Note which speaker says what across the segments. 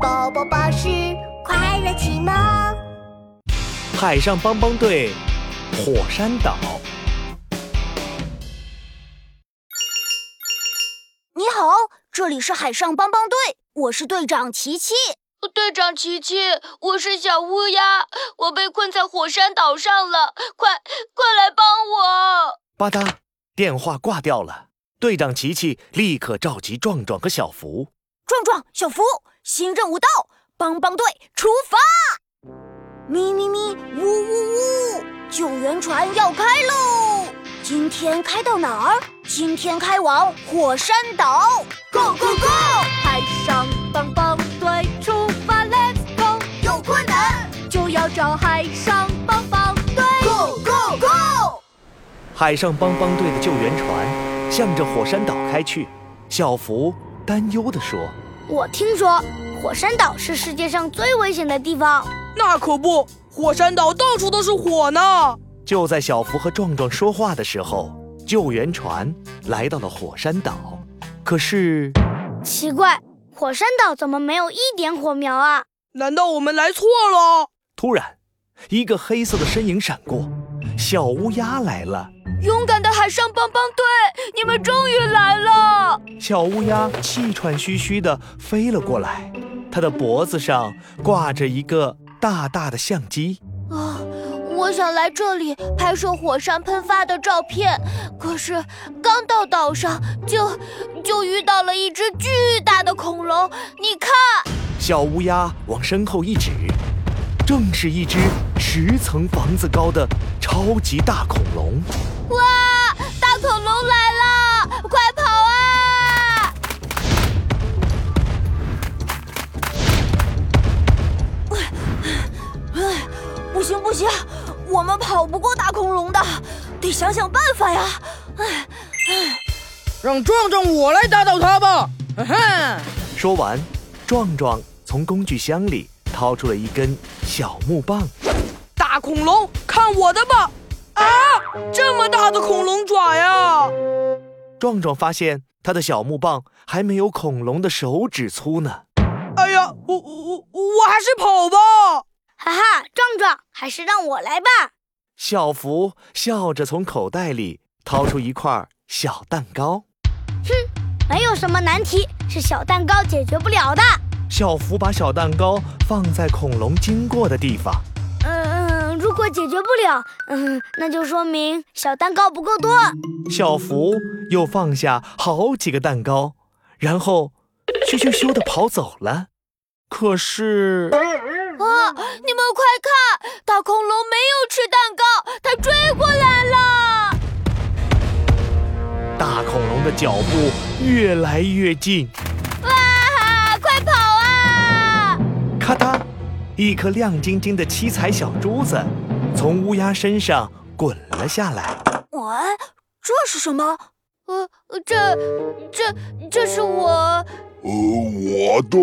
Speaker 1: 宝宝巴士快乐启蒙。
Speaker 2: 海上帮帮队，火山岛。
Speaker 3: 你好，这里是海上帮帮队，我是队长琪琪。
Speaker 4: 队长琪琪，我是小乌鸦，我被困在火山岛上了，快快来帮我！
Speaker 2: 吧嗒，电话挂掉了。队长琪琪立刻召集壮壮和小福。
Speaker 3: 壮壮、小福，新任务到，帮帮队出发！咪咪咪，呜呜呜，救援船要开喽！今天开到哪儿？今天开往火山岛！Go go go！
Speaker 5: 海上帮帮队出发，Let's go！
Speaker 1: 有困难
Speaker 5: 就要找海上帮帮队。
Speaker 1: ，Go Go Go！
Speaker 2: 海上帮帮队的救援船向着火山岛开去。小福担忧地说
Speaker 3: 我听说火山岛是世界上最危险的地方，
Speaker 6: 那可不，火山岛到处都是火呢。：“
Speaker 2: 就在小福和壮壮说话的时候，救援船来到了火山岛。可是，
Speaker 3: 奇怪，火山岛怎么没有一点火苗啊？
Speaker 6: 难道我们来错了？
Speaker 2: 突然，一个黑色的身影闪过，小乌鸦来了。”
Speaker 4: 勇敢的海上帮帮队，你们终于来了！
Speaker 2: 小乌鸦气喘吁吁地飞了过来，它的脖子上挂着一个大大的相机。
Speaker 4: 啊，我想来这里拍摄火山喷发的照片，可是刚到岛上就就遇到了一只巨大的恐龙，你看，
Speaker 2: 小乌鸦往身后一指，正是一只十层房子高的超级大恐龙。
Speaker 4: 哇，啊大恐龙来了，快跑啊！
Speaker 3: 唉，哎不行不行，我们跑不过大恐龙的，得想想办法呀！
Speaker 6: 让壮壮我来打倒他吧。嗯哈哈，
Speaker 2: 说完，壮壮从工具箱里掏出了一根小木棒。
Speaker 6: 大恐龙，看我的吧！啊，这么大的恐龙爪呀！
Speaker 2: 壮壮发现他的小木棒还没有恐龙的手指粗呢。
Speaker 6: 哎呀，我我我我还是跑吧。
Speaker 3: 哈哈，壮壮，还是让我来吧。
Speaker 2: 小福笑着从口袋里掏出一块小蛋糕。
Speaker 3: 没有什么难题是小蛋糕解决不了的。
Speaker 2: 小福把小蛋糕放在恐龙经过的地方。
Speaker 3: 嗯嗯，如果解决不了，嗯，那就说明小蛋糕不够多。
Speaker 2: 小福又放下好几个蛋糕，然后咻咻咻地跑走了。可是，
Speaker 4: 啊，你们快看，大恐龙没有吃蛋糕，它追过来了！
Speaker 2: 大恐龙的脚步越来越近，
Speaker 4: 哇，快跑啊！
Speaker 2: 咔嗒，一颗亮晶晶的七彩小珠子从乌鸦身上滚了下来。
Speaker 3: 喂，这是什么？
Speaker 4: 呃，这这这是我，
Speaker 7: 呃，我的，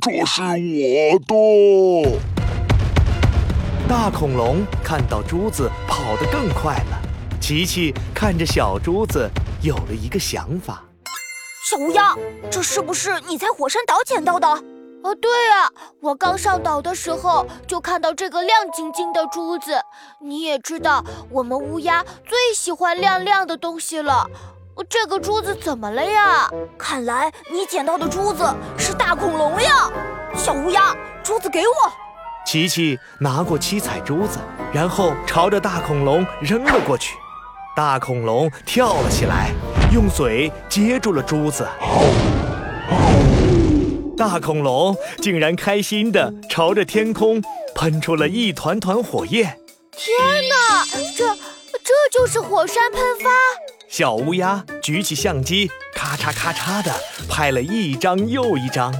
Speaker 7: 这是我的。
Speaker 2: 大恐龙看到珠子跑得更快了，琪琪看着小珠子有了一个想法。
Speaker 3: 小乌鸦，这是不是你在火山岛捡到的？
Speaker 4: 哦，对啊，我刚上岛的时候就看到这个亮晶晶的珠子。你也知道，我们乌鸦最喜欢亮亮的东西了。呃这个珠子怎么了呀？
Speaker 3: 看来你捡到的珠子是大恐龙呀！小乌鸦，珠子给我。
Speaker 2: 琪琪拿过七彩珠子，然后朝着大恐龙扔了过去。大恐龙跳了起来，用嘴接住了珠子。大恐龙竟然开心地朝着天空喷出了一团团火焰。
Speaker 4: 那这这就是火山喷发。
Speaker 2: 小乌鸦举起相机，咔嚓咔嚓地拍了一张又一张。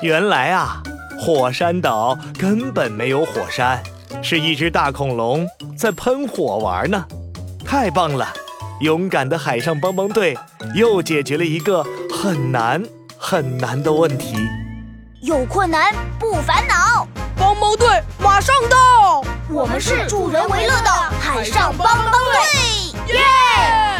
Speaker 2: 原来啊，火山岛根本没有火山，是一只大恐龙在喷火玩呢。太棒了！勇敢的海上帮帮队又解决了一个很难很难的问题。
Speaker 3: 有困难不烦恼，
Speaker 6: 帮帮队马上到。
Speaker 3: 我们是助人为乐的海上帮帮队。
Speaker 6: 耶！